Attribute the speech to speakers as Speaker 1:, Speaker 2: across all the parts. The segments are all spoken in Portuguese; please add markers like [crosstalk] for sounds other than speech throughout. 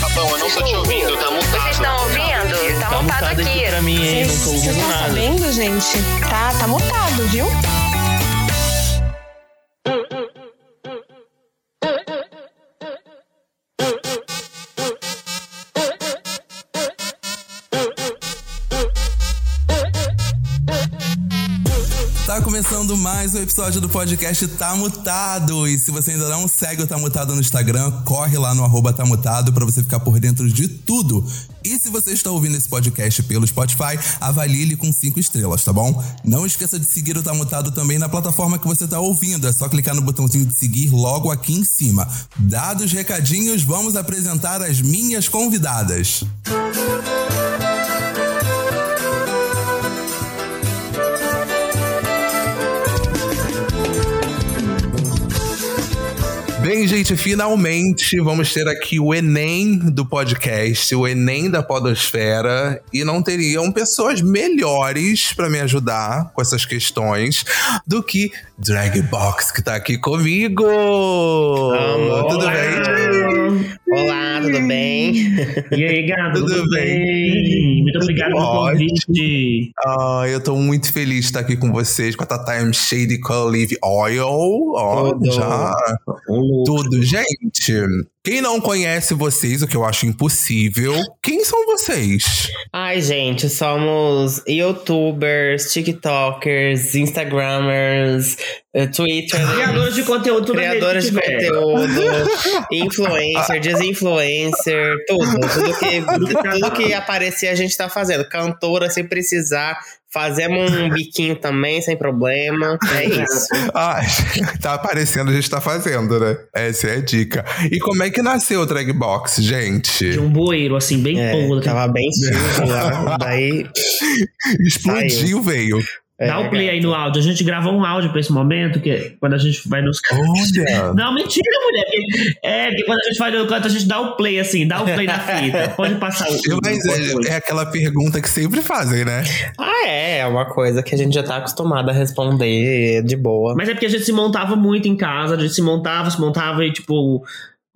Speaker 1: Tá não tô te ouvindo, tá mutado.
Speaker 2: Vocês estão ouvindo? Tá, mutado
Speaker 3: Tá mutado
Speaker 2: aqui.
Speaker 3: aqui pra mim, hein? Não tô
Speaker 4: Vocês
Speaker 3: ouvindo
Speaker 4: estão
Speaker 3: nada.
Speaker 4: sabendo, gente? Tá, tá mutado, viu?
Speaker 5: Tá começando mais um episódio do podcast Tá Mutado. E se você ainda não segue o Tá Mutado no Instagram, corre lá no arroba Tá Mutado pra você ficar por dentro de tudo. E se você está ouvindo esse podcast pelo Spotify, avalie ele com cinco estrelas, tá bom? Não esqueça de seguir o Tá Mutado também na plataforma que você tá ouvindo. É só clicar no botãozinho de seguir logo aqui em cima. Dados os recadinhos, vamos apresentar as minhas convidadas. Bem, gente, finalmente vamos ter aqui o Enem do podcast, o Enem da Podosfera. E não teriam pessoas melhores para me ajudar com essas questões do que Dragbox, que tá aqui comigo!
Speaker 3: Amo.
Speaker 5: Tudo
Speaker 3: Olá.
Speaker 5: bem, gente?
Speaker 3: Olá, tudo bem?
Speaker 6: [laughs] E aí, gato?
Speaker 5: Tudo bem?
Speaker 6: Muito obrigado pelo
Speaker 5: Ótimo.
Speaker 6: convite.
Speaker 5: Ah, eu tô muito feliz de estar aqui com vocês, com a Tata M Shade e com a Olive Oil. Ó,
Speaker 3: Tudo. Um
Speaker 5: já. Tudo, gente. Quem não conhece vocês, o que eu acho impossível, quem são vocês?
Speaker 3: Ai, gente, somos youtubers, tiktokers, instagramers, eh, twitters,
Speaker 6: Criadores de conteúdo, tudo
Speaker 3: criadoras de conteúdo, influencer, desinfluencer, tudo. Tudo que, tudo que aparecer a gente tá fazendo. Cantora, se precisar, fazemos um biquinho também, sem problema. É isso.
Speaker 5: Ah, [laughs] tá aparecendo, a gente tá fazendo, né? Essa é a dica. E como é que nasceu o Dragbox,
Speaker 6: De
Speaker 5: gente?
Speaker 6: um bueiro, assim, bem
Speaker 3: É,
Speaker 6: podre.
Speaker 3: tava
Speaker 6: [laughs]
Speaker 3: bem sujo lá. Daí. é.
Speaker 5: Explodiu, veio.
Speaker 6: Dá o play aí no áudio. A gente gravou um áudio pra esse momento, que é quando a gente vai nos
Speaker 5: Olha!
Speaker 6: Não, mentira, mulher. porque- É, porque quando a gente vai no canto, a gente dá o play, assim, dá o play na
Speaker 3: [laughs]
Speaker 6: fita. Pode passar o. o-
Speaker 5: Mas é, é aquela pergunta que sempre fazem, né?
Speaker 3: Ah, é, é uma coisa que a gente já tá acostumado a responder de boa.
Speaker 6: Mas é porque a gente se montava muito em casa, a gente se montava, se montava e tipo.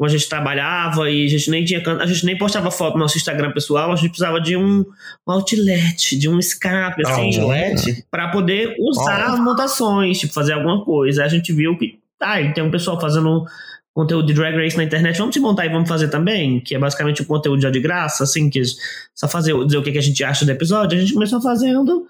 Speaker 6: A gente trabalhava e a gente nem tinha can- a gente nem postava foto no nosso Instagram pessoal, a gente precisava de um, um outlet, de um escape,
Speaker 3: Ah,
Speaker 6: assim,
Speaker 3: outlet?
Speaker 6: pra poder usar as montações, tipo, fazer alguma coisa. Aí a gente viu que, ai, tem um pessoal fazendo conteúdo de Drag Race na internet, vamos se montar e vamos fazer também, que é basicamente o conteúdo já de graça, assim, que só fazer, dizer o que que a gente acha do episódio, a gente começou fazendo.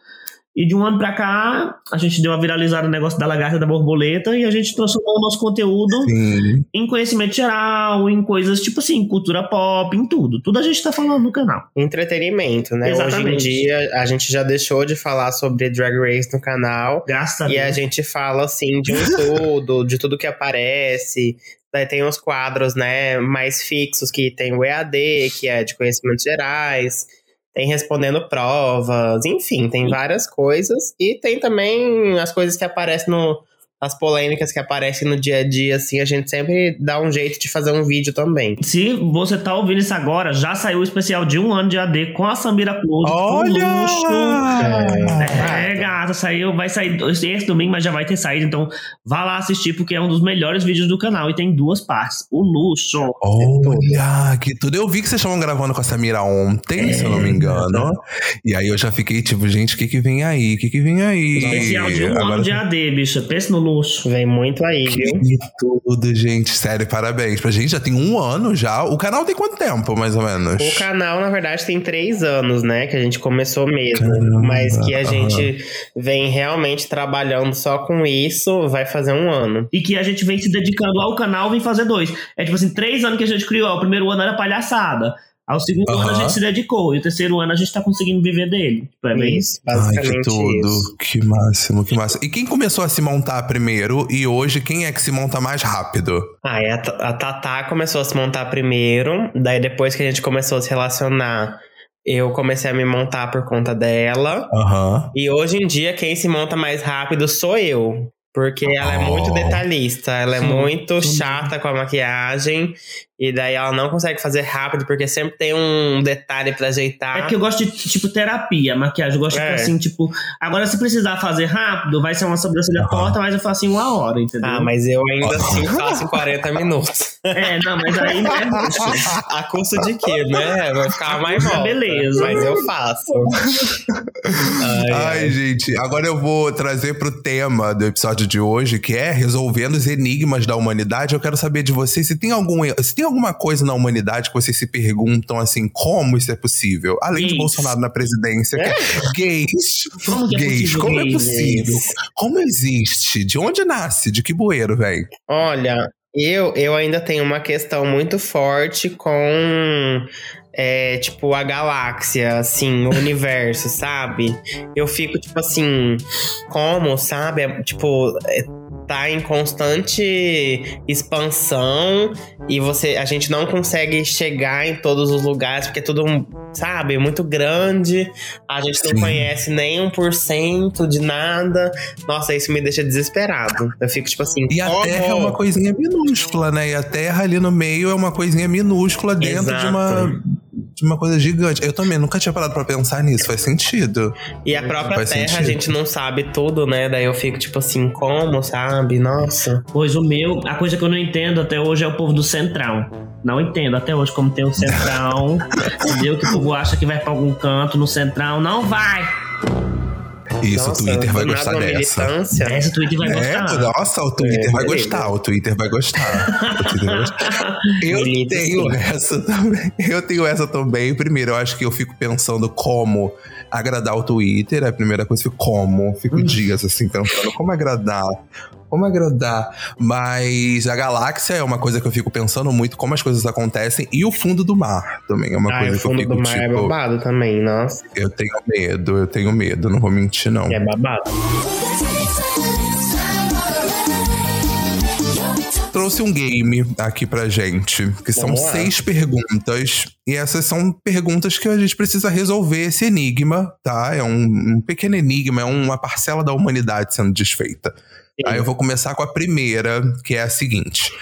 Speaker 6: E de um ano pra cá, a gente deu uma viralizada no negócio da lagarta e da borboleta e a gente transformou o nosso conteúdo
Speaker 5: Sim.
Speaker 6: em conhecimento geral, em coisas tipo assim, cultura pop, em tudo. Tudo a gente tá falando no canal.
Speaker 3: Entretenimento, né? Hoje em
Speaker 6: Exatamente.
Speaker 3: dia a gente já deixou de falar sobre Drag Race no canal.
Speaker 6: Graças a
Speaker 3: E a
Speaker 6: Deus.
Speaker 3: gente fala assim de um estudo, de tudo que aparece. Daí tem os quadros, né, mais fixos, que tem o EAD, que é de conhecimentos gerais, tem respondendo provas, enfim, tem várias coisas. E tem também as coisas que aparecem no. As polêmicas que aparecem no dia a dia, assim, a gente sempre dá um jeito de fazer um vídeo também.
Speaker 6: Se você tá ouvindo isso agora, já saiu o especial de um ano de AD com a Samira Close. Com luxo.
Speaker 5: Olha!
Speaker 6: É, gata, saiu, vai sair do- esse domingo, mas já vai ter saído, então vá lá assistir, porque é um dos melhores vídeos do canal e tem duas partes. O luxo.
Speaker 5: Olha, que tudo. Eu vi que vocês estavam gravando com a Samira ontem, se eu
Speaker 6: É.
Speaker 5: não me engano. E aí eu já fiquei tipo, gente, o que que vem aí? O que que vem aí?
Speaker 6: Especial de um ano de AD, bicha. Pensa no luxo.
Speaker 3: Vem muito aí, viu?
Speaker 5: E tudo, gente. Sério, parabéns. Pra gente já tem um ano já. O canal tem quanto tempo, mais ou menos?
Speaker 3: O canal, é na verdade, tem três anos, né? Que a gente começou mesmo.
Speaker 5: Caramba,
Speaker 3: Mas que a
Speaker 5: aham.
Speaker 3: gente vem realmente trabalhando só com isso, vai fazer um ano.
Speaker 6: e que a gente vem se dedicando ao canal, vem fazer dois. É tipo assim, três anos que a gente criou. O primeiro ano era palhaçada. Ao segundo ano a
Speaker 5: Aham.
Speaker 6: gente se dedicou. E o terceiro ano a gente tá conseguindo viver dele. Tipo, é bem
Speaker 3: Isso,
Speaker 5: Ai,
Speaker 3: basicamente
Speaker 5: que tudo.
Speaker 3: isso.
Speaker 5: Que máximo, que máximo. E quem começou a se montar primeiro? E hoje, quem é que se monta mais rápido?
Speaker 3: Aí a, Ta- a Tatá começou a se montar primeiro, daí depois que a gente começou a se relacionar, eu comecei a me montar por conta dela.
Speaker 5: Aham.
Speaker 3: E hoje em dia, quem se monta mais rápido sou eu. Porque ela é
Speaker 5: Oh.
Speaker 3: muito detalhista, ela é
Speaker 6: Sim,
Speaker 3: muito
Speaker 6: sim.
Speaker 3: chata com a maquiagem. E daí ela não consegue fazer rápido, porque sempre tem um detalhe pra ajeitar.
Speaker 6: É que eu gosto de, tipo, terapia, maquiagem. Eu gosto de,
Speaker 3: Ah. É.
Speaker 6: assim, tipo. Agora, se precisar fazer rápido, vai ser uma sobrancelha torta, mas eu faço em uma hora, entendeu?
Speaker 3: Ah, mas eu ainda assim faço em 40 minutos.
Speaker 6: É, não, mas aí né,
Speaker 3: [laughs] A custa de quê, né? Vai ficar mais
Speaker 6: custa da
Speaker 3: mal.
Speaker 6: beleza.
Speaker 3: Mas eu
Speaker 6: [laughs]
Speaker 3: faço. Ai,
Speaker 5: Ai, gente, agora eu vou trazer pro tema do episódio de hoje, que é resolvendo os enigmas da humanidade. Eu quero saber de vocês se tem algum, se tem alguma coisa na humanidade que vocês se perguntam assim, como isso é possível? Além de
Speaker 6: Gays.
Speaker 5: Bolsonaro na presidência, [laughs] que é gays.
Speaker 6: Como que é
Speaker 5: gays,
Speaker 6: possível
Speaker 5: como
Speaker 6: gays?
Speaker 5: é possível? Como existe? De onde nasce? De que bueiro, velho?
Speaker 3: Olha, eu, eu ainda tenho uma questão muito forte com, é, tipo, a galáxia, assim, o universo, sabe? Eu fico, tipo assim, como, sabe? É, Tipo, é, tá em constante expansão e você a gente não consegue chegar em todos os lugares, porque é tudo, sabe, muito grande. A gente não
Speaker 5: Sim.
Speaker 3: conhece nem 1% de nada. Nossa, isso me deixa desesperado. Eu fico, tipo assim,
Speaker 5: E a
Speaker 3: como?
Speaker 5: Terra é uma coisinha minúscula, né? E a Terra ali no meio é uma coisinha minúscula dentro de uma.
Speaker 3: Exato.
Speaker 5: De uma coisa gigante. Eu também nunca tinha parado pra pensar nisso, faz sentido.
Speaker 3: E a própria
Speaker 5: Faz
Speaker 3: Terra,
Speaker 5: sentido.
Speaker 3: a gente não sabe tudo, né? Daí eu fico tipo assim, como, sabe? Nossa.
Speaker 6: Pois o meu, a coisa que eu não entendo até hoje é o povo do Central. Não entendo até hoje como tem o
Speaker 3: [laughs]
Speaker 6: Central. entendeu? Que o povo acha que vai pra algum canto no Central. Não vai!
Speaker 5: Isso,
Speaker 3: nossa,
Speaker 5: o Twitter vai
Speaker 3: do nada
Speaker 5: gostar
Speaker 3: uma
Speaker 5: dessa.
Speaker 3: militância.
Speaker 6: Essa Twitter vai
Speaker 5: É,
Speaker 6: gostar.
Speaker 5: nossa, o Twitter
Speaker 3: É,
Speaker 5: vai
Speaker 3: beleza.
Speaker 5: gostar, o Twitter vai gostar. O Twitter
Speaker 3: [laughs]
Speaker 5: vai gostar. Eu
Speaker 3: Milita,
Speaker 5: tenho
Speaker 3: sim.
Speaker 5: essa também. Eu tenho essa também. Primeiro, eu acho que eu fico pensando como agradar o Twitter. é A primeira coisa, eu fico como.
Speaker 3: Hum.
Speaker 5: Fico dias assim, pensando como agradar. Como agradar. Mas a galáxia é uma coisa que eu fico pensando muito, como as coisas acontecem. E o fundo do mar também é uma
Speaker 3: Ah,
Speaker 5: coisa
Speaker 3: o
Speaker 5: que eu
Speaker 3: fundo
Speaker 5: fico
Speaker 3: do mar é
Speaker 5: tipo.
Speaker 3: babado também, nossa.
Speaker 5: eu tenho medo, eu tenho medo, não vou mentir, não.
Speaker 3: É babado.
Speaker 5: trouxe um game aqui pra gente, que são
Speaker 3: Vamos lá.
Speaker 5: seis perguntas. E essas são perguntas que a gente precisa resolver esse enigma, tá? É um, um pequeno enigma, é uma parcela da humanidade sendo desfeita. Aí eu vou começar com a primeira, que é a seguinte: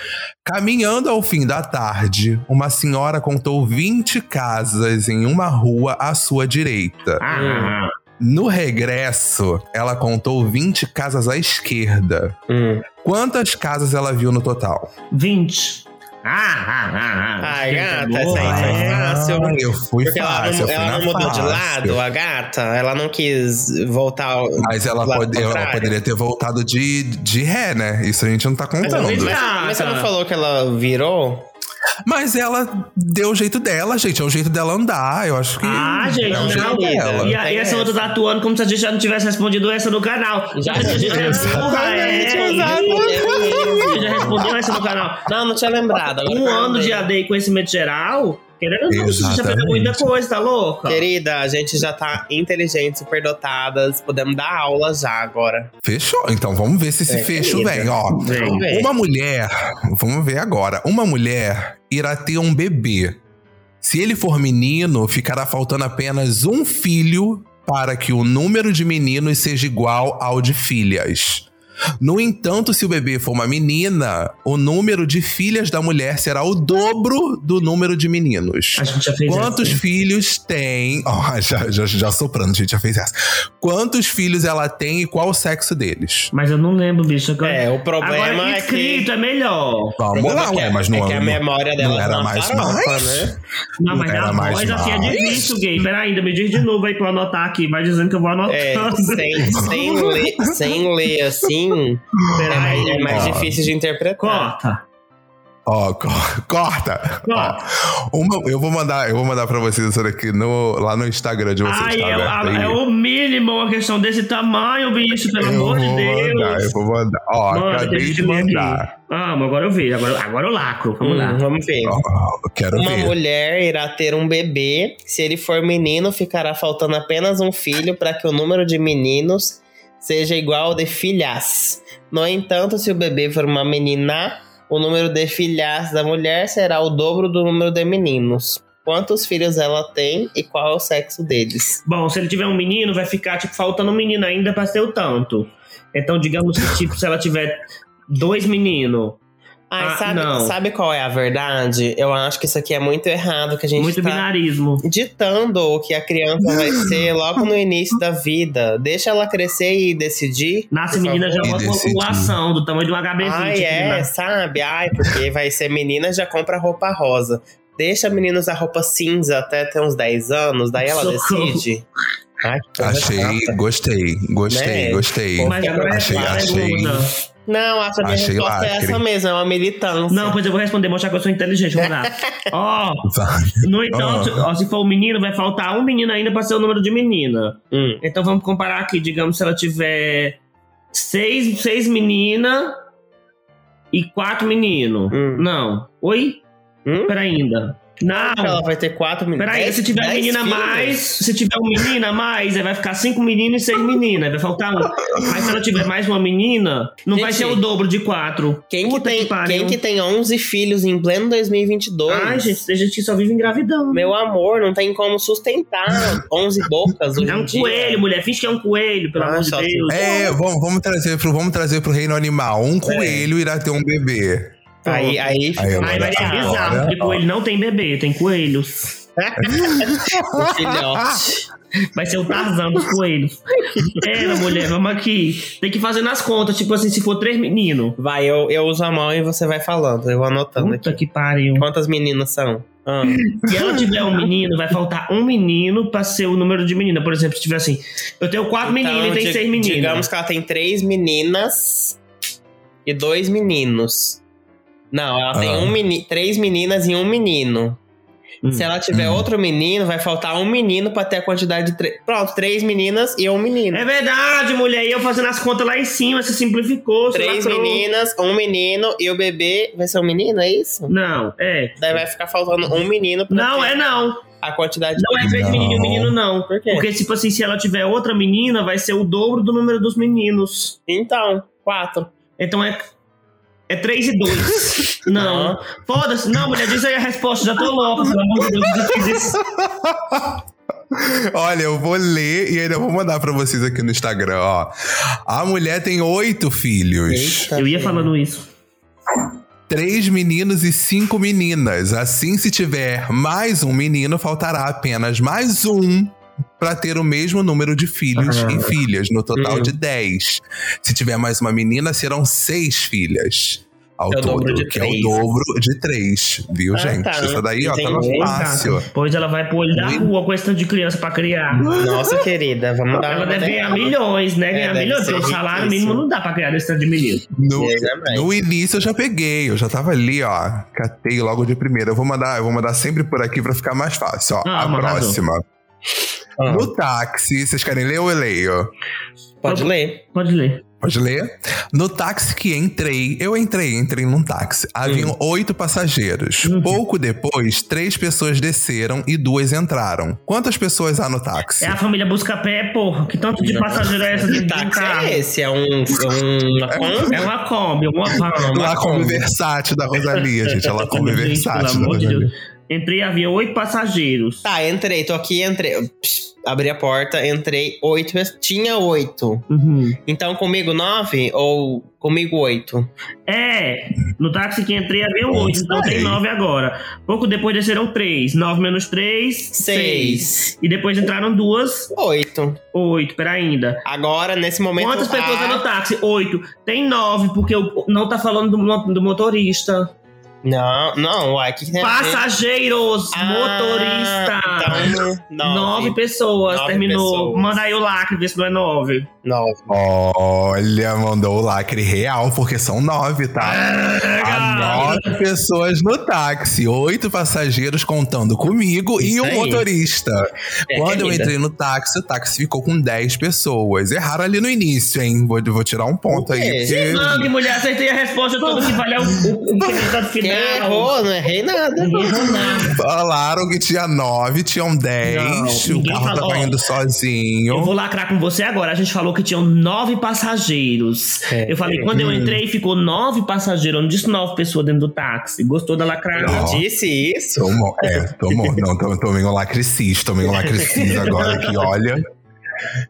Speaker 5: Caminhando ao fim da tarde, uma senhora contou 20 casas em uma rua à sua direita.
Speaker 6: Ah,
Speaker 5: No regresso, ela contou 20 casas à esquerda.
Speaker 3: Hum.
Speaker 5: Quantas casas ela viu no total?
Speaker 6: 20. Ah, ah, ah, ah.
Speaker 3: Ai,
Speaker 6: Esquerda
Speaker 3: gata,
Speaker 6: boa,
Speaker 3: essa aí
Speaker 6: é.
Speaker 3: foi fácil.
Speaker 5: Ah, Eu fui
Speaker 3: Porque ela
Speaker 5: fácil,
Speaker 3: não,
Speaker 5: eu fui
Speaker 3: ela
Speaker 5: na
Speaker 3: não mudou
Speaker 5: fácil.
Speaker 3: de lado, a gata. Ela não quis voltar ao.
Speaker 5: Mas ela,
Speaker 3: do lado
Speaker 5: pode- ela
Speaker 3: contrário.
Speaker 5: poderia ter voltado de, de ré, né? Isso a gente não tá
Speaker 3: Mas, eu
Speaker 5: contando.
Speaker 3: vi- né? mas, mas você não falou que ela virou?
Speaker 5: Mas ela deu o jeito dela, gente. É o jeito dela andar. Eu acho que.
Speaker 6: Ah, gente,
Speaker 5: é o jeito
Speaker 6: não.
Speaker 5: dela.
Speaker 6: E, a, e
Speaker 3: Tem
Speaker 6: essa outra
Speaker 3: essa.
Speaker 6: tá atuando como se a gente já não tivesse respondido essa no canal. Já respondeu essa no canal. É, Já respondeu essa no canal.
Speaker 3: Não, não tinha lembrado. agora
Speaker 6: Um
Speaker 3: que eu
Speaker 6: ano de
Speaker 3: lembrei.
Speaker 6: AD e conhecimento geral, querendo ou não, você já pegou
Speaker 5: Exatamente.
Speaker 6: muita coisa, tá louca?
Speaker 3: Querida, a gente já tá inteligente, superdotadas. Podemos dar aula já agora.
Speaker 5: Fechou. Então vamos ver se esse
Speaker 3: É,
Speaker 5: fecho
Speaker 3: querida.
Speaker 5: vem, ó.
Speaker 3: Vamos ver.
Speaker 5: Uma mulher. Vamos ver agora. Uma mulher irá ter um bebê. Se ele for menino, ficará faltando apenas um filho para que o número de meninos seja igual ao de filhas. No entanto, se o bebê for uma menina, o número de filhas da mulher será o dobro do número de meninos.
Speaker 6: A gente já fez
Speaker 5: Quantos
Speaker 6: essa.
Speaker 5: filhos tem? [laughs] Ó, já, já, já soprando, a gente já fez essa. Quantos filhos ela tem e qual o sexo deles?
Speaker 6: Mas eu não lembro, bicho. Agora,
Speaker 3: É, o problema
Speaker 6: agora
Speaker 3: é que.
Speaker 6: escrito é, melhor.
Speaker 5: Vamos
Speaker 3: problema
Speaker 5: lá,
Speaker 3: é que-
Speaker 5: ué, mas não
Speaker 3: é que a memória dela
Speaker 5: não era
Speaker 3: tá uma
Speaker 5: mais
Speaker 3: farofa,
Speaker 5: mais?
Speaker 3: né?
Speaker 6: Não,
Speaker 5: Não
Speaker 6: mas
Speaker 5: era
Speaker 6: a
Speaker 5: mais
Speaker 6: voz assim é
Speaker 5: mais.
Speaker 6: difícil, gay. Peraí, ainda me diz de novo aí pra eu anotar aqui. Vai dizendo que eu vou anotar.
Speaker 3: É, sem, sem, ler, sem ler assim, é mais,
Speaker 6: [laughs] Peraí.
Speaker 3: é mais
Speaker 5: Ó.
Speaker 3: difícil de interpretar.
Speaker 6: Corta.
Speaker 5: Ó, co- corta.
Speaker 6: Corta.
Speaker 5: Ó, uma- eu vou mandar, eu vou mandar para vocês isso daqui no, lá no Instagram de vocês,
Speaker 6: Ai,
Speaker 5: tá
Speaker 6: é, o-
Speaker 5: aberto aí.
Speaker 6: é o mínimo uma questão desse tamanho, bicho, pelo
Speaker 5: Eu
Speaker 6: amor de
Speaker 5: vou
Speaker 6: Deus.
Speaker 5: mandar, eu vou mandar. Ó,
Speaker 6: Manda,
Speaker 5: acabei
Speaker 6: deixa
Speaker 5: de
Speaker 6: eu ver aqui.
Speaker 5: mandar.
Speaker 6: Vamos, Ah, agora eu vejo. Agora, agora eu lacro. Vamos
Speaker 3: Hum,
Speaker 5: Uhum.
Speaker 6: lá.
Speaker 3: vamos ver.
Speaker 5: Ó, eu quero
Speaker 3: Uma
Speaker 5: ver.
Speaker 3: mulher irá ter um bebê. Se ele for menino, ficará faltando apenas um filho para que o número de meninos seja igual ao de filhas. No entanto, se o bebê for uma menina, o número de filhas da mulher será o dobro do número de meninos. Quantos filhos ela tem e qual é o sexo deles?
Speaker 6: Bom, se ele tiver um menino, vai ficar, tipo, faltando um menino ainda pra ser o tanto. Então, digamos que, tipo, se ela tiver dois meninos,
Speaker 3: Ai,
Speaker 6: Ah,
Speaker 3: sabe,
Speaker 6: não.
Speaker 3: sabe qual é a verdade? Eu acho que isso aqui é muito errado, que a gente
Speaker 6: Muito
Speaker 3: tá
Speaker 6: binarismo.
Speaker 3: ditando o que a criança vai ser logo no início da vida. Deixa ela crescer e decidir.
Speaker 6: Nasce
Speaker 3: por
Speaker 6: menina já
Speaker 3: favor.
Speaker 5: E
Speaker 6: bota uma
Speaker 5: decidi.
Speaker 6: população do tamanho de um HB20.
Speaker 3: Ai, é, sabe? Ai, porque vai ser menina já compra roupa rosa. Deixa a menina usar roupa cinza até ter uns 10 anos, daí ela
Speaker 6: Socorro.
Speaker 3: decide. Ai, que coisa
Speaker 5: Achei,
Speaker 3: chata.
Speaker 5: gostei, gostei,
Speaker 3: Né?
Speaker 5: gostei.
Speaker 6: Mas agora
Speaker 5: Achei-
Speaker 6: é a
Speaker 5: achei-
Speaker 6: segunda.
Speaker 3: Não, acho que a minha
Speaker 5: Achei
Speaker 3: resposta é
Speaker 5: lacre.
Speaker 3: essa mesmo, é uma militância.
Speaker 6: Não, pois eu vou responder, mostrar que eu sou inteligente, vamos
Speaker 5: [laughs]
Speaker 6: lá. Ó,
Speaker 5: Vai.
Speaker 6: no entanto,
Speaker 5: Ah.
Speaker 6: ó, se for um menino, vai faltar um menino ainda pra ser o número de menina.
Speaker 3: Hum.
Speaker 6: Então vamos comparar aqui, digamos, se ela tiver seis, seis meninas e quatro meninos.
Speaker 3: Hum. Ah,
Speaker 6: Não. Oi?
Speaker 3: Hum?
Speaker 6: Pera ainda. Não.
Speaker 3: Ela vai ter quatro meninas.
Speaker 6: Peraí, se tiver menina mais, se tiver um menino a mais, aí vai ficar cinco meninos e seis meninas, aí vai faltar um. Mas se ela tiver mais uma menina, não vai
Speaker 3: Gente,
Speaker 6: ser o dobro de quatro.
Speaker 3: Quem que,
Speaker 6: Puta
Speaker 3: tem,
Speaker 6: pariu.
Speaker 3: quem que tem 11 filhos em pleno 2022?
Speaker 6: Ai, gente, tem gente que só vive engravidando.
Speaker 3: Meu amor, não tem como sustentar 11 bocas hoje
Speaker 6: é
Speaker 3: em
Speaker 6: um
Speaker 3: dia.
Speaker 6: coelho, mulher. Finge que é um coelho, pelo
Speaker 3: Ah,
Speaker 6: amor de
Speaker 3: só-
Speaker 6: Deus.
Speaker 5: É, vamos, vamos trazer pro, vamos trazer pro reino animal. Um coelho irá ter um bebê.
Speaker 3: Aí, aí,
Speaker 5: Aí eu-
Speaker 6: Aí vai ser
Speaker 5: Agora-
Speaker 6: bizarro, porque coelho não tem bebê, tem coelhos.
Speaker 3: o um filhote.
Speaker 6: Vai ser o Tarzan dos
Speaker 3: [laughs]
Speaker 6: coelhos. Era, mulher, vamos aqui. Tem que fazer nas contas, tipo assim, se for três meninos.
Speaker 3: Vai, eu, eu uso a mão e você vai falando. Eu vou anotando Tá aqui.
Speaker 6: Puta que pariu.
Speaker 3: Quantas meninas são? Ah,
Speaker 6: Se ela tiver um menino, vai faltar um menino pra ser o número de menina. Por exemplo, se tiver assim, eu tenho quatro meninas e tem
Speaker 3: então, di-
Speaker 6: seis meninas.
Speaker 3: Digamos que ela tem três meninas e dois meninos. Não, ela tem
Speaker 5: Ah.
Speaker 3: um meni, três meninas e um menino.
Speaker 6: Hum.
Speaker 3: Se ela tiver outro menino, vai faltar um menino pra ter a quantidade de. Tre... Pronto, três meninas e um menino.
Speaker 6: É verdade, mulher. E eu fazendo as contas lá em cima, se simplificou. se
Speaker 3: três
Speaker 6: lacrou.
Speaker 3: meninas, um menino e o bebê vai ser um menino, é isso?
Speaker 6: Não, é.
Speaker 3: Daí vai ficar faltando um menino pra
Speaker 6: Não,
Speaker 3: ter
Speaker 6: é não.
Speaker 3: a quantidade
Speaker 6: Não é três
Speaker 5: Não.
Speaker 6: meninos e um menino, não.
Speaker 3: Por quê?
Speaker 6: Porque, tipo assim, se ela tiver outra menina, vai ser o dobro do número dos meninos.
Speaker 3: Então, quatro.
Speaker 6: Então é. É três
Speaker 3: [laughs]
Speaker 6: e dois. não.
Speaker 3: Ah.
Speaker 6: Foda-se. Não, mulher, diz aí a resposta. Já tô louco, pelo amor de Deus. eu já fiz isso.
Speaker 5: Olha, eu vou ler e ainda vou mandar pra vocês aqui no Instagram, ó. A mulher tem oito filhos.
Speaker 3: Eita,
Speaker 6: Eu ia
Speaker 3: filha.
Speaker 6: falando isso.
Speaker 5: Três meninos e cinco meninas. Assim, se tiver mais um menino, faltará apenas mais um para ter o mesmo número de filhos e filhas, no
Speaker 3: Ah.
Speaker 5: total
Speaker 3: Hum.
Speaker 5: de dez. Se tiver mais uma menina, serão seis filhas ao
Speaker 3: É o dobro
Speaker 5: todo,
Speaker 3: de
Speaker 5: que é o
Speaker 3: três.
Speaker 5: dobro de três, viu,
Speaker 3: Ah,
Speaker 5: gente?
Speaker 3: tá.
Speaker 5: Essa daí, ó, tá no
Speaker 3: Entendi.
Speaker 5: fácil.
Speaker 6: Pois ela vai pro olho da rua com esse tanto de criança pra criar.
Speaker 3: Nossa, querida, vamos dar
Speaker 6: Ela
Speaker 3: uma
Speaker 6: deve ganhar
Speaker 3: moderada.
Speaker 6: milhões, né? Ganhar
Speaker 3: É, deve
Speaker 6: milhões,
Speaker 3: ser
Speaker 6: porque o salário
Speaker 3: riquíssimo.
Speaker 6: mínimo não dá pra criar esse tanto de menino.
Speaker 5: No,
Speaker 3: Exatamente.
Speaker 5: no início eu já peguei, eu já tava ali, ó. Catei logo de primeira. Eu vou mandar, eu vou mandar sempre por aqui pra ficar mais fácil, ó.
Speaker 6: Ah,
Speaker 5: a
Speaker 6: mandou.
Speaker 5: próxima.
Speaker 3: Ah,
Speaker 5: No táxi, vocês querem ler ou eu leio?
Speaker 3: pode ler.
Speaker 6: Pode ler.
Speaker 5: Pode ler? No táxi que entrei, eu entrei, entrei num táxi. Haviam oito passageiros.
Speaker 6: Uhum.
Speaker 5: Pouco depois, três pessoas desceram e duas entraram. Quantas pessoas há no táxi?
Speaker 6: É a família Busca-Pé, porra. Que tanto de passageiro é essa
Speaker 3: Que
Speaker 6: dentro de um
Speaker 3: táxi
Speaker 6: carro?
Speaker 3: é esse? É um. um uma
Speaker 6: [laughs]
Speaker 3: Kombi?
Speaker 6: É uma Kombi, uma van.
Speaker 5: Lá come versátil da Rosalia,
Speaker 6: [laughs]
Speaker 5: gente. Ela come
Speaker 6: Gente,
Speaker 5: versátil da
Speaker 6: Tá amor de
Speaker 5: Rosalia.
Speaker 6: Deus. Entrei, havia oito passageiros.
Speaker 3: Tá, entrei, tô aqui, entrei. Psh, abri a porta, entrei oito. pessoas. Tinha oito.
Speaker 6: Uhum.
Speaker 3: Então comigo nove ou comigo oito?
Speaker 6: É, no táxi que entrei havia oito, então tem
Speaker 5: Sei.
Speaker 6: nove agora. Pouco depois desceram três. Nove menos três, seis.
Speaker 3: Seis.
Speaker 6: E depois entraram duas,
Speaker 3: Oito.
Speaker 6: oito, pera ainda.
Speaker 3: Agora, nesse momento. tá-
Speaker 6: Quantas pessoas
Speaker 3: há-
Speaker 6: há no táxi? Oito. Tem nove, porque o- não tá falando do, mo- do motorista.
Speaker 3: Não, não, uai, o que, que tem a ver?
Speaker 6: Passageiros,
Speaker 3: É, Ah,
Speaker 6: motorista.
Speaker 3: Então, nove.
Speaker 6: Nove pessoas,
Speaker 3: Nove
Speaker 6: terminou.
Speaker 3: pessoas.
Speaker 6: Manda aí o lacre, ver se não é nove.
Speaker 3: Nove.
Speaker 5: Olha, mandou o lacre real, porque são nove, tá?
Speaker 6: É,
Speaker 5: Há
Speaker 6: Pega!
Speaker 5: nove pessoas no táxi, oito passageiros contando comigo e
Speaker 3: Isso
Speaker 5: o
Speaker 3: aí.
Speaker 5: motorista.
Speaker 3: É,
Speaker 5: Quando eu
Speaker 3: querida.
Speaker 5: entrei no táxi, o táxi ficou com 10 pessoas. Erraram ali no início, hein? Vou, vou tirar um ponto
Speaker 3: Por quê?
Speaker 5: aí. porque-
Speaker 6: Mangue, mulher, acertei a resposta toda que valeu o, o resultado
Speaker 3: Quem
Speaker 6: final.
Speaker 3: errou, não errei nada.
Speaker 6: Ninguém errou nada.
Speaker 5: Falaram que tinha 9, tinham 10.
Speaker 6: Não,
Speaker 5: o
Speaker 6: ninguém
Speaker 5: carro
Speaker 6: falou.
Speaker 5: tava indo sozinho.
Speaker 6: Eu vou lacrar com você agora. A gente falou que tinham nove passageiros.
Speaker 3: É.
Speaker 6: Eu falei, quando eu entrei, ficou nove passageiros. Eu não disse nove pessoas dentro do táxi. Gostou da lacrada?
Speaker 5: Não.
Speaker 3: Disse isso?
Speaker 5: Tomou, é, tomou. Não, to- tomei um lacricis, tomei um lacricis agora que olha.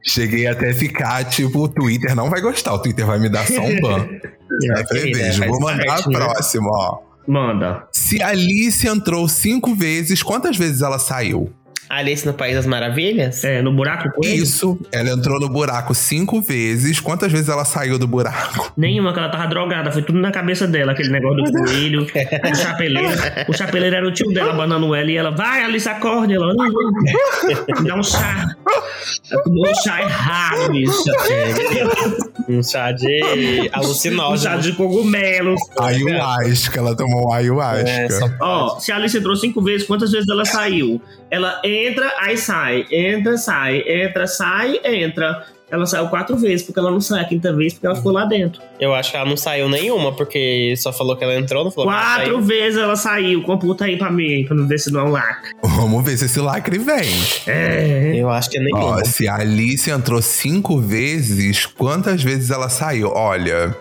Speaker 5: Cheguei até a ficar, tipo, o Twitter não vai gostar, o Twitter vai me dar só um ban.
Speaker 3: minha
Speaker 5: Eu falei,
Speaker 3: querida,
Speaker 5: beijo.
Speaker 3: faz
Speaker 5: Vou mandar
Speaker 3: parte,
Speaker 5: a
Speaker 3: né?
Speaker 5: próxima, ó.
Speaker 6: Manda.
Speaker 5: Se Alice entrou cinco vezes, quantas vezes ela saiu?
Speaker 3: Alice no País das Maravilhas?
Speaker 6: É, no buraco com ele?
Speaker 5: Isso. Ela entrou no buraco cinco vezes. Quantas vezes ela saiu do buraco?
Speaker 6: Nenhuma, que ela tava drogada, foi tudo na cabeça dela, aquele negócio do coelho, o chapeleiro. O chapeleiro era o tio dela, abanando ela, e ela, vai, Alice, acorde. Ela, não, não, dá um chá. Ela tomou um chá errado, bicha.
Speaker 3: Um chá de
Speaker 6: Um chá
Speaker 3: alucinógeno.
Speaker 6: de cogumelos.
Speaker 5: Ayahuasca. Ela tomou um ayahuasca.
Speaker 3: É, só
Speaker 6: Ó,
Speaker 3: pode.
Speaker 6: se a Alice entrou cinco vezes, quantas vezes ela saiu? Ela entra, aí sai, entra, sai, entra, sai, entra. Ela saiu quatro vezes, porque ela não sai a quinta vez, porque ela ficou lá dentro.
Speaker 3: Eu acho que ela não saiu nenhuma, porque só falou que ela entrou, não falou que
Speaker 6: Quatro
Speaker 3: ela
Speaker 6: vezes ela saiu. Computa aí pra mim, pra não ver se não é um lacre.
Speaker 5: Vamos ver se esse lacre vem.
Speaker 6: É.
Speaker 3: saiu. Eu acho que nenhuma.
Speaker 5: Ó, se a Alice entrou cinco vezes, quantas vezes ela saiu? Olha.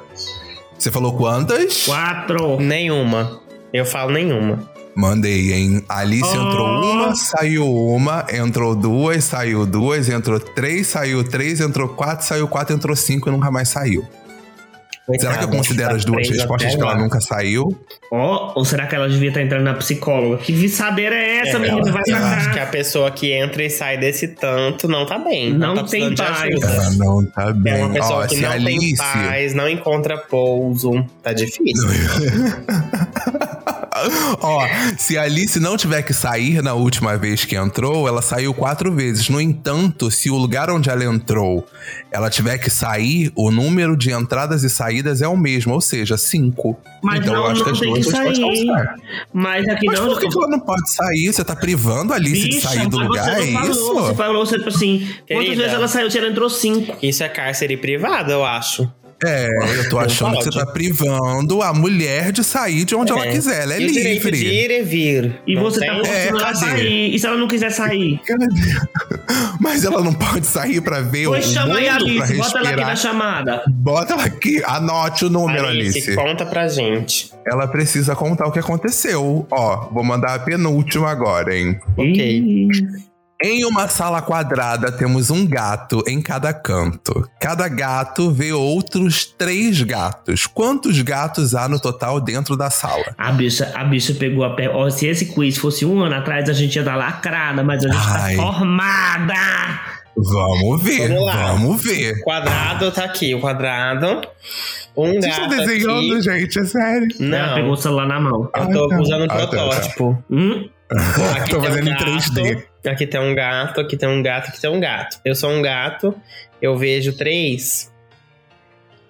Speaker 5: Você falou quantas?
Speaker 6: Quatro.
Speaker 3: Nenhuma. Eu falo nenhuma.
Speaker 5: Mandei, hein? Alice
Speaker 6: Oh.
Speaker 5: entrou
Speaker 3: Ah.
Speaker 5: uma, saiu uma, entrou duas, saiu duas, entrou três, saiu três, entrou quatro, saiu quatro, entrou cinco e nunca mais saiu. Será que
Speaker 3: Coitada,
Speaker 5: eu considero as duas
Speaker 3: tá presa
Speaker 5: respostas
Speaker 3: até
Speaker 5: que ela
Speaker 3: lá.
Speaker 5: nunca saiu?
Speaker 6: Ó, ou será que ela devia estar entrando na psicóloga? Que viçadeira é essa,
Speaker 3: É,
Speaker 6: menina? Vai
Speaker 5: eu
Speaker 6: pra
Speaker 3: Acho que
Speaker 6: cá.
Speaker 3: a pessoa que entra e sai desse tanto não tá bem.
Speaker 6: Não
Speaker 3: tá
Speaker 6: tem
Speaker 3: precisando de
Speaker 6: paz.
Speaker 3: ajuda.
Speaker 5: Ela não tá
Speaker 3: É
Speaker 5: bem.
Speaker 3: uma pessoa
Speaker 5: Ó,
Speaker 3: que
Speaker 5: se
Speaker 3: não
Speaker 5: a
Speaker 3: tem
Speaker 5: Alice.
Speaker 3: paz, não encontra pouso. Tá difícil.
Speaker 5: [laughs] Ó, se a Alice não tiver que sair na última vez que entrou, ela saiu quatro vezes. No entanto, se o lugar onde ela entrou ela tiver que sair, o número de entradas e saídas é o mesmo, ou seja, cinco.
Speaker 6: Mas
Speaker 5: então eu
Speaker 6: não,
Speaker 5: acho que
Speaker 6: não
Speaker 5: as
Speaker 6: tem que
Speaker 5: duas respostas
Speaker 6: sair.
Speaker 5: estão certas.
Speaker 6: Mas aqui
Speaker 5: Mas
Speaker 6: não.
Speaker 5: por que, que ela não pode sair? Você tá privando a Alice de
Speaker 6: Bicha,
Speaker 5: sair do
Speaker 6: mas
Speaker 5: lugar? É
Speaker 6: você não
Speaker 5: isso?
Speaker 6: falou, Você falou, você tipo assim, quantas
Speaker 3: Querida.
Speaker 6: vezes ela saiu? Se ela entrou cinco.
Speaker 3: Isso é cárcere privado, eu acho.
Speaker 5: É, eu tô
Speaker 3: Não
Speaker 5: achando que você
Speaker 3: pode.
Speaker 5: tá privando a mulher de sair de onde ela
Speaker 3: É.
Speaker 5: quiser. Ela é
Speaker 3: e o direito de
Speaker 5: livre.
Speaker 3: ir e vir.
Speaker 6: E
Speaker 3: Não
Speaker 6: você tá
Speaker 3: tem?
Speaker 6: forçando
Speaker 5: É,
Speaker 6: ela a
Speaker 5: cadê?
Speaker 6: sair. E se ela não quiser sair?
Speaker 5: Mas ela não pode sair pra ver o
Speaker 6: Pois
Speaker 5: mundo,
Speaker 6: chama aí,
Speaker 5: pra
Speaker 6: Alice. Bota ela aqui na
Speaker 5: respirar.
Speaker 6: chamada.
Speaker 5: Bota ela aqui, anote o número,
Speaker 3: Alice,
Speaker 5: Alice.
Speaker 3: conta pra gente.
Speaker 5: Ela precisa contar o que aconteceu. Ó, vou mandar a penúltima agora, hein?
Speaker 3: Ok.
Speaker 6: Ih,
Speaker 5: Em uma sala quadrada temos um gato em cada canto. Cada gato vê outros três gatos. Quantos gatos há no total dentro da sala?
Speaker 6: A bicha, a bicha pegou a pé. Ó, se esse quiz fosse um ano atrás, a gente ia dar lacrada, mas a gente
Speaker 5: Ai.
Speaker 6: tá formada.
Speaker 5: Vamos ver,
Speaker 3: Vamos
Speaker 5: vamos,
Speaker 3: lá.
Speaker 5: ver.
Speaker 3: O quadrado tá aqui, o quadrado. Um
Speaker 5: Vocês estão
Speaker 3: gato
Speaker 5: tá desenhando,
Speaker 3: aqui.
Speaker 5: gente, é sério.
Speaker 6: Ela Ah, pegou
Speaker 3: Não,
Speaker 6: o celular na mão.
Speaker 3: eu tô
Speaker 5: Ah, tá.
Speaker 3: usando um
Speaker 5: Ah, tá, tá. [laughs]
Speaker 3: protótipo.
Speaker 6: Hum?
Speaker 3: Aqui tem
Speaker 5: Tô
Speaker 3: um
Speaker 5: fazendo em
Speaker 3: gato,
Speaker 5: 3D.
Speaker 3: Aqui tem um gato, aqui tem um gato, aqui tem um gato. Eu sou um gato, eu vejo três.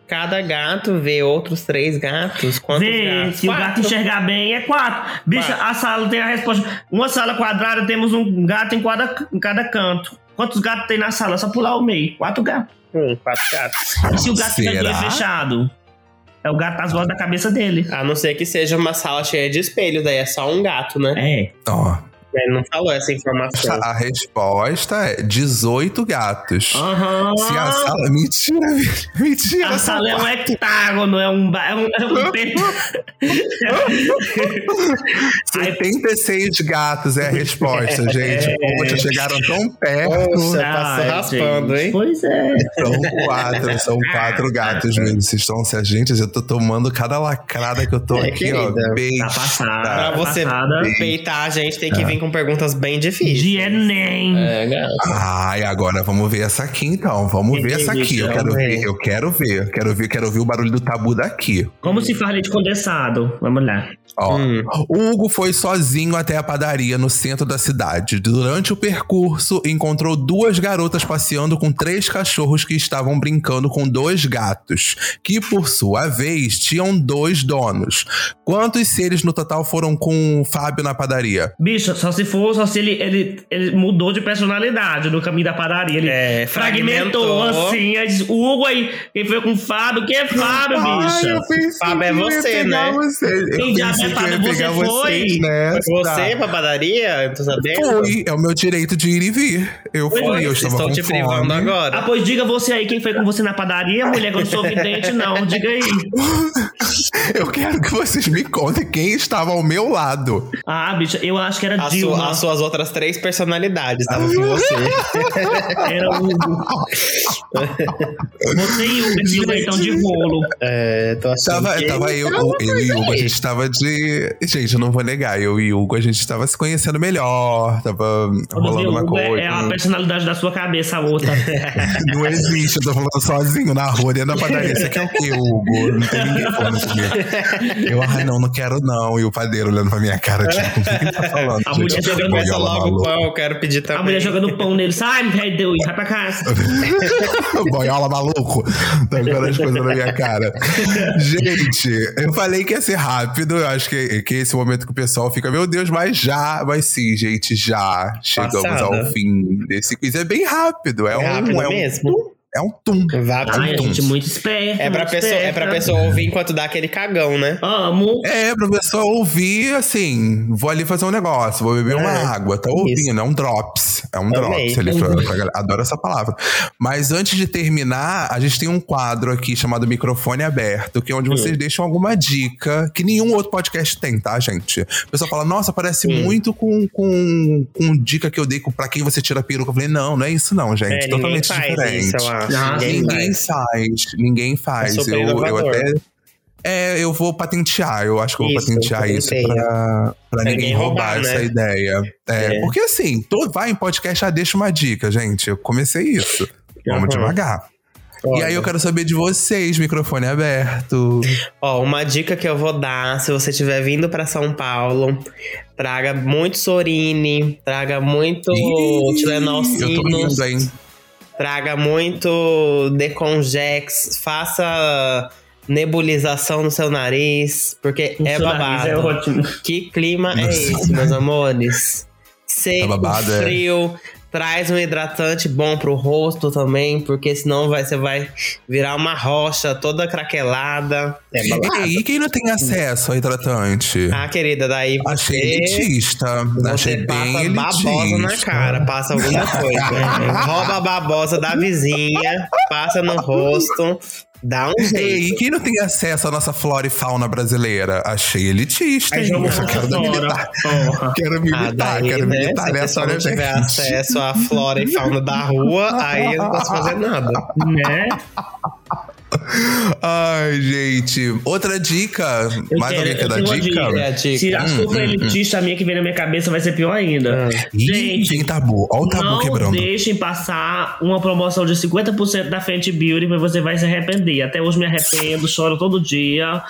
Speaker 3: Cada gato vê outros três gatos. Quantos
Speaker 6: Vê,
Speaker 3: gatos?
Speaker 6: se o gato
Speaker 3: Quatro.
Speaker 6: enxergar bem, é quatro. Bicha,
Speaker 3: Quatro.
Speaker 6: a sala tem a resposta. Uma sala quadrada, temos um gato em cada, em cada canto. Quantos gatos tem na sala? Só pular o meio. Quatro gatos.
Speaker 3: Um, quatro gatos.
Speaker 6: E se o gato tiver
Speaker 5: Será?
Speaker 6: dois fechado? É o gato às vozes da cabeça dele.
Speaker 3: A não ser que seja uma sala cheia de espelhos, daí é só um gato, né?
Speaker 6: É.
Speaker 5: Ó,
Speaker 3: Ele não falou essa informação.
Speaker 5: a resposta é 18 gatos.
Speaker 6: Aham.
Speaker 5: Se a sala. Mentira, [laughs] mentira.
Speaker 6: A
Speaker 5: essa
Speaker 6: sala é um hectágono, é um. ba- É um,
Speaker 3: [laughs]
Speaker 6: é um pe-
Speaker 5: 76 gatos é a resposta, gente. Poxa, chegaram tão perto.
Speaker 3: Poxa, passou
Speaker 6: Ai,
Speaker 3: raspando,
Speaker 6: gente,
Speaker 3: hein?
Speaker 6: Pois é.
Speaker 5: São quatro, são quatro gatos mesmo. Vocês estão se gente, eu tô tomando cada lacrada que eu tô
Speaker 3: É,
Speaker 5: aqui,
Speaker 3: querida.
Speaker 5: ó. Beijo.
Speaker 6: Tá passada.
Speaker 3: Pra
Speaker 5: Ah,
Speaker 6: tá
Speaker 3: você
Speaker 6: passada.
Speaker 3: peitar, a gente tem que vir com perguntas bem difíceis.
Speaker 6: De Enem.
Speaker 3: É, gato.
Speaker 5: Ai, agora vamos ver essa aqui então. Vamos ver essa aqui. Eu quero ver, eu quero ver. Quero ver, quero ver o barulho do tabu daqui.
Speaker 6: Como se faz leite condensado? Vamos lá.
Speaker 5: Ó.
Speaker 3: Hum.
Speaker 5: O Hugo foi sozinho até a padaria no centro da cidade. Durante o percurso, encontrou duas garotas passeando com três cachorros que estavam brincando com dois gatos, que por sua vez tinham dois donos. Quantos seres no total foram com o Fábio na padaria?
Speaker 6: Bicho, só se for, só se ele, ele, ele mudou de personalidade no caminho da padaria. Ele
Speaker 3: É,
Speaker 6: fragmentou, assim. Aí diz, Hugo aí, quem foi com o Fábio? Quem é Fábio, bicho?
Speaker 5: pensei
Speaker 3: Fábio é
Speaker 5: que eu ia
Speaker 3: você,
Speaker 5: pegar
Speaker 3: né?
Speaker 5: Você. Eu
Speaker 6: Quem diabo é
Speaker 5: pensei achei que eu ia
Speaker 6: Fábio,
Speaker 5: pegar
Speaker 6: você
Speaker 5: vocês
Speaker 6: foi?
Speaker 5: nessa.
Speaker 3: Foi você pra padaria? Tu sabendo?
Speaker 5: Fui, é o meu direito de ir e vir. Eu fui, eu estava
Speaker 3: é, Estão
Speaker 5: com
Speaker 3: te
Speaker 5: fome.
Speaker 3: privando
Speaker 6: Ah,
Speaker 3: agora.
Speaker 6: pois diga você aí quem foi com você na padaria, mulher, que eu não sou vidente, não. Diga aí.
Speaker 5: [laughs] Eu quero que vocês me contem quem estava ao meu lado.
Speaker 6: Ah, bicha, eu acho que era
Speaker 3: A
Speaker 6: Dilma.
Speaker 5: né?
Speaker 3: sua- as suas outras três personalidades estavam
Speaker 5: Uhum.
Speaker 3: com você.
Speaker 6: Era Hugo. você e Hugo, e o leitão de rolo.
Speaker 3: É, tô achando
Speaker 5: Tava,
Speaker 3: que...
Speaker 5: tava eu, eu, eu e o Hugo, a gente tava de. Gente, eu não vou negar, eu e o Hugo, a gente tava se conhecendo melhor, tava rolando uma
Speaker 6: Hugo é-
Speaker 5: coisa. né?
Speaker 6: é a personalidade da sua cabeça, a outra.
Speaker 5: Não existe, eu tô falando sozinho na rua, dentro da padaria. Você quer o quê, Hugo? Não tem ninguém falando comigo. Eu, ah, não, não quero não. E o padeiro olhando pra minha cara, tipo, com quem tá falando?
Speaker 6: A mulher
Speaker 5: gente? Eu
Speaker 6: jogando
Speaker 5: sou
Speaker 3: Começa
Speaker 5: boiola
Speaker 3: logo o
Speaker 5: maluca.
Speaker 3: pão, eu quero pedir também.
Speaker 6: A mulher jogando pão nele. Sai, velho, deu, vai pra casa.
Speaker 5: [laughs] Boiola maluco. Tá jogando as coisas na minha cara. Gente, eu falei que ia ser rápido. Eu acho que, que esse momento que o pessoal fica, meu Deus, mas já, mas sim, gente, já chegamos
Speaker 3: Passada.
Speaker 5: ao fim desse quiz. É bem rápido. É,
Speaker 3: É
Speaker 5: um,
Speaker 3: rápido
Speaker 5: é um
Speaker 3: mesmo.
Speaker 5: É um tum.
Speaker 3: Rápido.
Speaker 6: Ai, a gente muito esperta.
Speaker 3: É pra,
Speaker 6: muito
Speaker 3: pessoa, é
Speaker 5: né?
Speaker 3: pra
Speaker 6: esperta.
Speaker 3: pessoa ouvir enquanto dá aquele cagão, né?
Speaker 6: Amo.
Speaker 5: É, pra pessoa ouvir, assim, vou ali fazer um negócio, vou beber uma
Speaker 3: É,
Speaker 5: água, tá
Speaker 3: isso. Uhum.
Speaker 5: ouvindo, é um drops. É um
Speaker 3: Amei.
Speaker 5: drops ali, pra, pra galera. Adoro essa palavra. Mas antes de terminar, a gente tem um quadro aqui chamado Microfone Aberto, que é onde vocês deixam alguma dica que nenhum outro podcast tem, tá, gente? O pessoal fala, nossa, parece
Speaker 3: Hum.
Speaker 5: muito com, com, com dica que eu dei com- pra quem você tira a peruca. Eu falei, não, não é isso não, gente.
Speaker 3: É, ninguém
Speaker 5: Totalmente
Speaker 3: faz
Speaker 5: diferente.
Speaker 3: isso, eu acho.
Speaker 6: Ah,
Speaker 3: ninguém
Speaker 5: Ninguém
Speaker 3: faz.
Speaker 5: faz, ninguém faz.
Speaker 3: É super
Speaker 5: Eu, eu
Speaker 3: inovador.
Speaker 5: até. É, eu vou patentear, eu acho que eu vou
Speaker 3: Isso,
Speaker 5: patentear isso
Speaker 3: patenteia.
Speaker 5: pra, pra ninguém, roubar,
Speaker 3: roubar, né?
Speaker 5: essa ideia. É,
Speaker 3: É.
Speaker 5: Porque assim, todo, vai em podcast, já deixa uma dica, gente. Eu comecei isso. Vamos
Speaker 3: Aham.
Speaker 5: devagar. E aí eu quero saber de vocês, microfone aberto.
Speaker 3: Ó, uma dica que eu vou dar, se você estiver vindo pra São Paulo, traga muito Sorine, traga muito
Speaker 5: Ih,
Speaker 3: Tilenol
Speaker 5: eu tô
Speaker 3: Sinus,
Speaker 5: indo, hein?
Speaker 3: traga muito Decongex, faça nebulização no seu nariz, porque é babado.
Speaker 6: É ótimo.
Speaker 3: Que clima é
Speaker 5: Nossa.
Speaker 3: esse, meus amores?
Speaker 5: Tá
Speaker 3: Seco,
Speaker 5: babado, é.
Speaker 3: frio, traz um hidratante bom pro rosto também, porque senão vai, você vai virar uma rocha toda craquelada. É babado.
Speaker 5: E aí, quem não tem acesso a hidratante?
Speaker 3: Ah, querida, daí
Speaker 5: Achei
Speaker 3: você,
Speaker 5: elitista. Achei
Speaker 3: você
Speaker 5: bem tipo.
Speaker 3: passa babosa na
Speaker 5: elitista.
Speaker 3: cara, passa alguma coisa. né? Rouba a babosa da vizinha, passa no rosto, dá um jeito.
Speaker 5: Ei, e quem não tem acesso à nossa flora e fauna brasileira? Achei elitista,
Speaker 6: Aí
Speaker 3: É
Speaker 5: hein? [laughs]
Speaker 6: joga
Speaker 5: Eu
Speaker 6: o
Speaker 5: quero dar militar.
Speaker 6: fora. Porra.
Speaker 5: Quero me
Speaker 3: Ah,
Speaker 5: imitar,
Speaker 3: daí,
Speaker 5: quero me
Speaker 3: né?
Speaker 5: imitar é
Speaker 3: Se a
Speaker 5: nessa
Speaker 3: pessoa não
Speaker 5: hora,
Speaker 3: tiver
Speaker 5: gente.
Speaker 3: acesso à flora e fauna da rua, aí eu não posso fazer nada.
Speaker 6: [laughs] Né?
Speaker 5: Ai, gente. Outra dica.
Speaker 6: Eu
Speaker 5: Mais
Speaker 6: quero,
Speaker 5: alguém quer
Speaker 6: eu
Speaker 5: dar
Speaker 6: tenho uma
Speaker 5: dica? Hum,
Speaker 6: dica.
Speaker 3: É a
Speaker 6: Se
Speaker 3: dica.
Speaker 6: a sua for elitista, a minha que vem na minha cabeça vai ser pior ainda.
Speaker 5: Ah. Ih,
Speaker 6: Gente,
Speaker 5: tem tabu. Olha o tabu
Speaker 6: não
Speaker 5: Então tá quebrando.
Speaker 6: deixem passar uma promoção de 50% da Fenty Beauty, mas você vai se arrepender. Até hoje me arrependo, choro todo dia.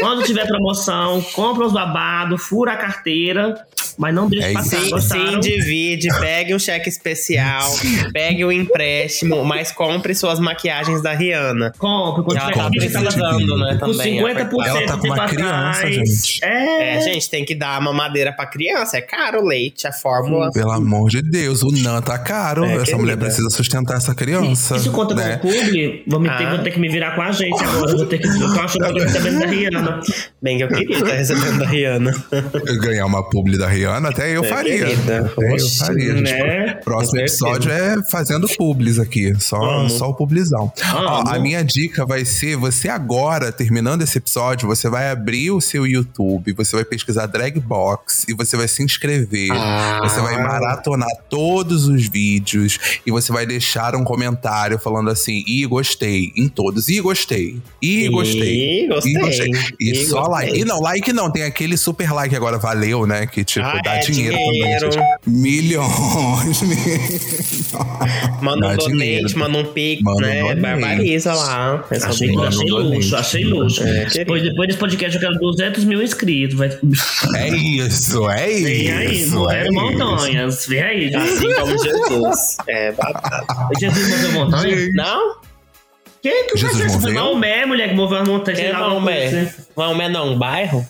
Speaker 6: Quando tiver promoção, compra os babados, fura a carteira, mas não deixe
Speaker 5: É
Speaker 6: passar.
Speaker 5: isso.
Speaker 3: Se, se
Speaker 6: Tá, gostaram?
Speaker 3: endivide, pegue um cheque
Speaker 6: [laughs]
Speaker 3: especial, pegue um empréstimo, mas compre suas maquiagens da Rihanna.
Speaker 6: Compre,
Speaker 3: E
Speaker 6: quando
Speaker 3: ela
Speaker 6: tiver
Speaker 3: tá
Speaker 5: compre,
Speaker 6: carteira,
Speaker 5: gente.
Speaker 3: precisando, né?
Speaker 6: com
Speaker 3: Também, a
Speaker 6: 50%
Speaker 3: coitada.
Speaker 5: Ela tá com
Speaker 6: de
Speaker 5: uma
Speaker 6: pra
Speaker 5: criança,
Speaker 6: trás.
Speaker 5: gente.
Speaker 6: É,
Speaker 3: É, gente, tem que dar uma madeira pra criança. É caro o leite, a fórmula.
Speaker 5: Pelo amor de Deus, o Nan tá caro.
Speaker 3: É,
Speaker 5: essa
Speaker 3: querida.
Speaker 5: mulher precisa sustentar essa criança.
Speaker 6: Isso conta
Speaker 5: né?
Speaker 6: com o publi? Vou, me ter,
Speaker 3: Ah.
Speaker 6: vou ter que me virar com a gente agora. Vou ter que. Eu tô achando que eu tô sabendo da Rihanna.
Speaker 3: Bem que eu queria estar recebendo a Rihanna.
Speaker 5: Ganhar uma publi da Rihanna, até eu
Speaker 3: É,
Speaker 5: faria.
Speaker 3: querida.
Speaker 5: Até eu
Speaker 3: Oxe,
Speaker 5: faria. gente.
Speaker 6: Né?
Speaker 5: Próximo
Speaker 3: Com certeza.
Speaker 5: episódio é fazendo publis aqui, só,
Speaker 3: Amo.
Speaker 5: só o publizão. Ó,
Speaker 6: Amo.
Speaker 5: a minha dica vai ser: você agora, terminando esse episódio, você vai abrir o seu YouTube, você vai pesquisar drag box e você vai se inscrever. Você vai maratonar todos os vídeos e você vai deixar um comentário falando assim: ih, gostei, em todos, ih, gostei, ih, gostei.
Speaker 3: Ih, gostei.
Speaker 5: Ih, gostei. E
Speaker 3: Ih,
Speaker 5: só
Speaker 3: gostei.
Speaker 5: like. E não, like não, tem aquele super like agora, valeu, né? Que tipo,
Speaker 3: Ah,
Speaker 5: dá
Speaker 3: é,
Speaker 5: dinheiro,
Speaker 3: dinheiro.
Speaker 5: também. gente. Milhões. [laughs]
Speaker 3: Manda
Speaker 5: Dá
Speaker 3: um donate,
Speaker 5: dinheiro.
Speaker 3: manda um pix,
Speaker 5: Manda um
Speaker 3: né?
Speaker 5: donate.
Speaker 3: Barbariza lá. É só
Speaker 6: Achei,
Speaker 5: Mano,
Speaker 6: achei
Speaker 5: não
Speaker 6: luxo,
Speaker 5: lindo.
Speaker 6: achei luxo.
Speaker 3: É,
Speaker 6: depois, depois desse podcast eu quero 200 mil inscritos. Vai...
Speaker 5: É isso, é
Speaker 6: Vem aí, um.
Speaker 5: isso.
Speaker 6: morreram
Speaker 5: é isso.
Speaker 6: montanhas. Vem aí.
Speaker 3: Assim como Jesus. É,
Speaker 6: [laughs]
Speaker 3: babado.
Speaker 6: Jesus moveu montanha?
Speaker 3: Não?
Speaker 6: Quem que
Speaker 5: Jesus
Speaker 6: Jesus
Speaker 5: moveu?
Speaker 6: foi Maomé, mulher, que moveu as montanhas.
Speaker 3: Quem é
Speaker 6: sei lá, alguma
Speaker 3: Maomé?
Speaker 6: coisa assim.
Speaker 3: Maomé não, um bairro?
Speaker 6: né?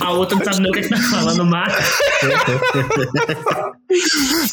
Speaker 6: A outra não sabe nem o que, é que tá falando, mas.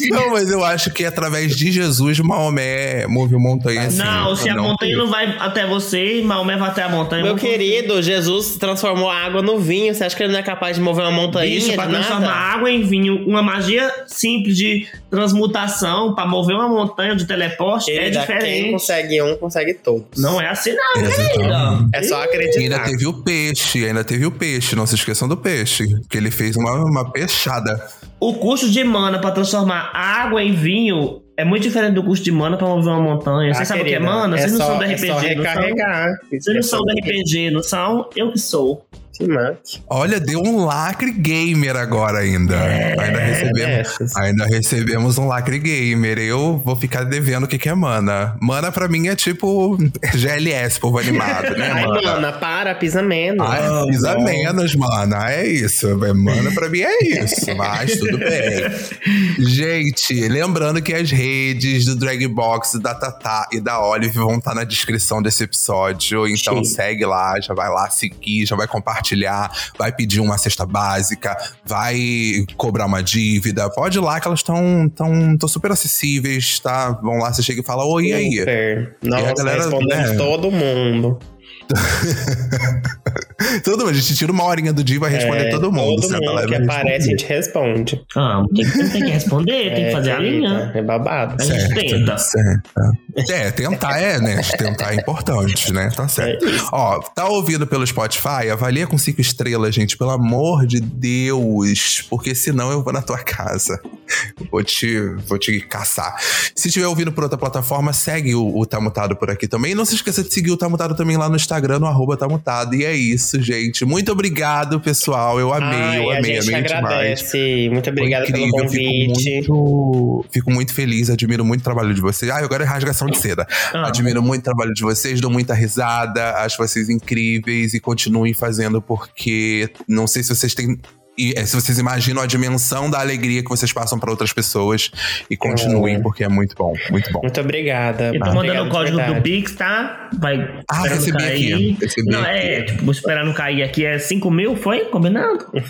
Speaker 5: Não, mas eu acho que através de Jesus, Maomé move montanha assim.
Speaker 6: Não, se a montanha não vai até você, Maomé vai até a montanha.
Speaker 3: Meu
Speaker 6: Vamos-
Speaker 3: querido, Jesus transformou a água no vinho. Você acha que ele não é capaz de mover uma montanha
Speaker 6: Bicho,
Speaker 3: de
Speaker 6: pra
Speaker 3: nada?
Speaker 6: transformar água em vinho, uma magia simples de transmutação pra mover uma montanha de teleporte é
Speaker 3: Querida, Quem
Speaker 6: diferente.
Speaker 3: consegue um, consegue todos.
Speaker 6: Não é assim, não,
Speaker 5: Exatamente.
Speaker 6: querida. Ah.
Speaker 3: É só
Speaker 5: E ainda
Speaker 3: acreditar.
Speaker 5: teve o peixe, ainda teve o peixe, não se esqueçam do peixe, que ele fez uma, uma peixada.
Speaker 6: O custo de mana pra transformar água em vinho é muito diferente do custo de mana pra mover uma montanha. Vocês
Speaker 3: Ah,
Speaker 6: sabem o que é
Speaker 3: querida,
Speaker 6: mana?
Speaker 3: é
Speaker 6: Vocês não
Speaker 3: só-
Speaker 6: são do
Speaker 3: é
Speaker 6: RPG,
Speaker 3: só
Speaker 6: não são?
Speaker 3: recarregar.
Speaker 6: Vocês não são do RPG, não são? Eu que sou.
Speaker 3: RPG.
Speaker 5: Olha, deu um lacre gamer agora ainda.
Speaker 6: É,
Speaker 5: ainda recebemos. Ainda recebemos um lacre gamer. Eu vou ficar devendo o que, que é mana. Mana pra mim é tipo [laughs] GLS, povo animado, né,
Speaker 3: Ai,
Speaker 5: mana?
Speaker 3: mana, para, pisa menos.
Speaker 5: Ai, Ah, é, pisa menos, mana. É isso. É, Mana, pra mim é isso. Mas tudo bem. Gente, lembrando que as redes do Dragbox, da Tatá e da Olive vão estar na descrição desse episódio.
Speaker 3: Sim.
Speaker 5: Então segue lá, já vai lá seguir, já vai compartilhar, vai pedir uma cesta básica, vai cobrar uma dívida. Pode ir lá que elas estão tão, tão super acessíveis, tá? Vão lá, você chega e fala, oi, e aí?
Speaker 3: Super. Nossa,
Speaker 5: galera,
Speaker 3: respondemos
Speaker 5: né?
Speaker 3: todo
Speaker 5: [laughs]
Speaker 3: mundo.
Speaker 5: Tudo, a gente tira uma horinha do dia e vai responder
Speaker 3: É,
Speaker 5: todo mundo.
Speaker 3: Todo
Speaker 5: certo?
Speaker 3: mundo
Speaker 5: Ela
Speaker 3: que
Speaker 5: vai
Speaker 3: aparece, é, a
Speaker 5: responder.
Speaker 3: gente responde.
Speaker 6: Ah, tem, que- tem que responder, tem que
Speaker 3: É,
Speaker 6: fazer a
Speaker 3: querida,
Speaker 6: linha.
Speaker 3: É babado.
Speaker 6: A gente tenta.
Speaker 5: Certo. É, tentar é, né? Tentar é importante, né?
Speaker 3: É
Speaker 5: Tá certo. Ó, tá ouvindo pelo Spotify? Avalia com cinco estrelas, gente. Pelo amor de Deus. Porque senão eu vou na tua casa. Vou te, vou te caçar. Se estiver ouvindo por outra plataforma, segue o, o Tá Mutado por aqui também. E não se esqueça de seguir o Tá Mutado também lá no Instagram, no arroba Tá Mutado. E é isso, gente. Muito obrigado, pessoal. Eu amei,
Speaker 3: Ai,
Speaker 5: eu
Speaker 3: a
Speaker 5: amei,
Speaker 3: gente
Speaker 5: amei demais.
Speaker 3: agradece. Muito obrigada
Speaker 5: Foi
Speaker 3: pelo
Speaker 5: incrível,
Speaker 3: convite.
Speaker 5: Fico muito, fico muito feliz, admiro muito o trabalho de vocês. Ah, agora é rasgação de seda.
Speaker 6: Ah.
Speaker 5: Admiro muito o trabalho de vocês, dou muita risada, acho vocês incríveis e continuem fazendo, porque não sei se vocês têm. e, é, se vocês imaginam a dimensão da alegria que vocês passam para outras pessoas e continuem,
Speaker 3: É.
Speaker 5: porque é muito bom, muito bom.
Speaker 3: Muito obrigada.
Speaker 6: Eu tô mandando
Speaker 3: Obrigado
Speaker 6: o
Speaker 3: de
Speaker 6: código
Speaker 3: verdade.
Speaker 6: do Pix, tá? Vai
Speaker 5: Ah,
Speaker 6: esperando
Speaker 5: recebi
Speaker 6: cair.
Speaker 5: aqui. Recebi
Speaker 6: Não,
Speaker 5: aqui.
Speaker 6: é, tipo, vou esperando cair aqui. É 5 mil, foi? Combinado?
Speaker 5: Foi,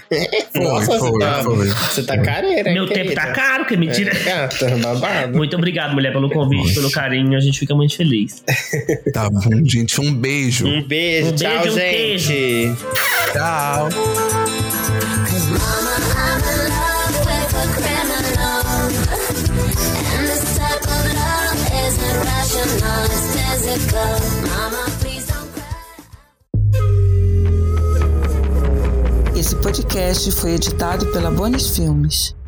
Speaker 3: Nossa,
Speaker 5: foi,
Speaker 3: você tá,
Speaker 5: foi.
Speaker 3: Você tá careira, hein,
Speaker 6: Meu tempo
Speaker 3: querida?
Speaker 6: tá caro, que mentira.
Speaker 3: É, gata, babado.
Speaker 6: [laughs] Muito obrigado, mulher, pelo convite, pelo carinho. A gente fica muito feliz.
Speaker 5: Tá bom, gente. Um beijo.
Speaker 3: Um beijo,
Speaker 6: Um
Speaker 3: tchau,
Speaker 6: beijo, um
Speaker 3: gente.
Speaker 5: Tchau.
Speaker 7: I'm in love with a criminal, and this type of love isn't rational, it's physical. Mama, please don't cry.
Speaker 4: Esse podcast foi editado pela Bonis Filmes.